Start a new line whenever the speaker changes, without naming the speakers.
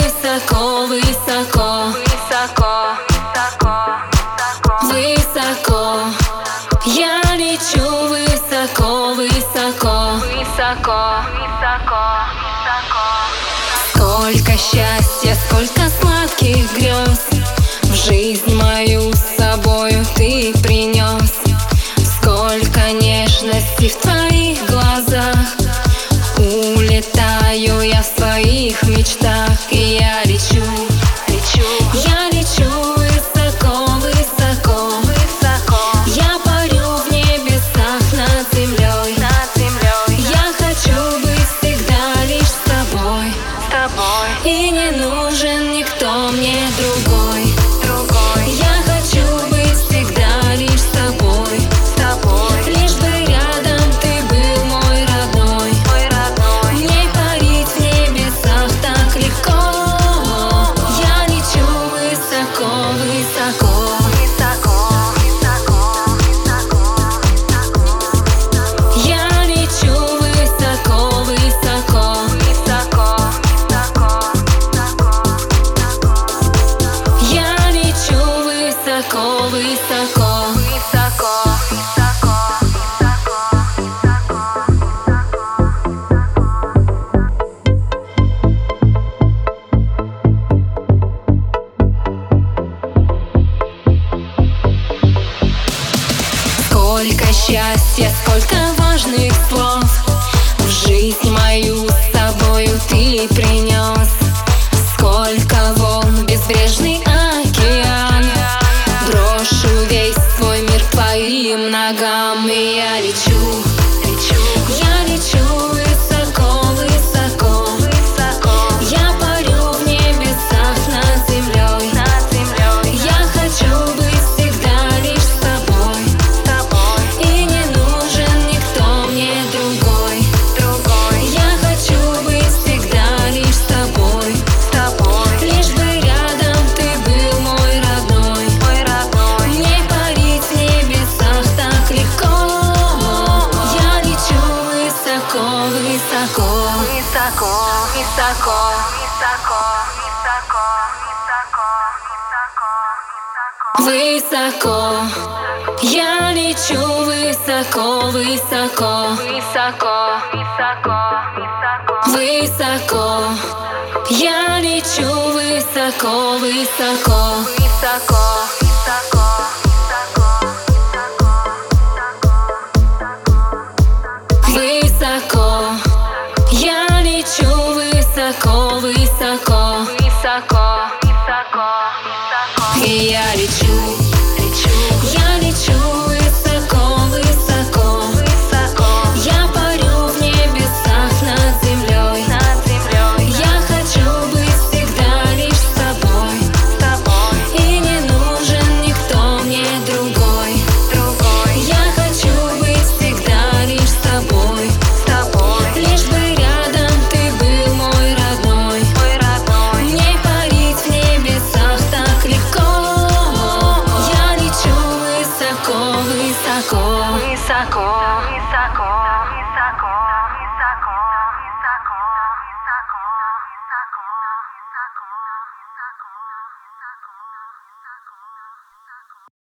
Высоко, высоко,
Высоко, высоко, высоко.
высоко. Я лечу высоко, высоко.
Высоко, высоко, высоко.
Сколько счастья, сколько сладких грез В жизнь мою с собою ты принес Сколько нежности в твоих глазах Улетаю я в своих мечтах И я лечу, лечу Я лечу высоко, высоко
Высоко
Я парю в небесах над землей
над землей.
Я хочу быть всегда лишь с тобой
Я с тобой,
и не нужен никто мне другой
другой.
Я хочу быть всегда лишь с тобой
С тобой,
Лишь бы рядом ты был мой родной
мой родной.
Мне парить в небесах так легко Я лечу высоко, высоко
Высоко, высоко, высоко, высоко.
Я лечу высоко, высоко
Высоко, высоко, высоко, высоко.
Я лечу высоко, высоко
Высоко, высоко, высоко, высоко, высоко.
Сколько счастья, сколько важных слов В жизнь мою с собою ты принес Сколько волн, безбрежный океан Брошу весь свой мир к твоим ногам И я лечу, лечу Я лечу высоко, высоко
Высоко,
Я парю в небесах над землей
над землей.
Я хочу быть всегда лишь с тобой
С тобой,
и не нужен никто мне другой
другой.
Я хочу быть всегда лишь с тобой
С тобой,
Лишь бы рядом ты был мой родной
мой родной.
Мне парить в небесах так легко Я лечу высоко, высоко
Высоко, высоко, высоко, высоко, высоко, высоко, высоко.
Высоко Я лечу высоко, высоко
Высоко, высоко, высоко.
Высоко Я лечу высоко, высоко
Высоко,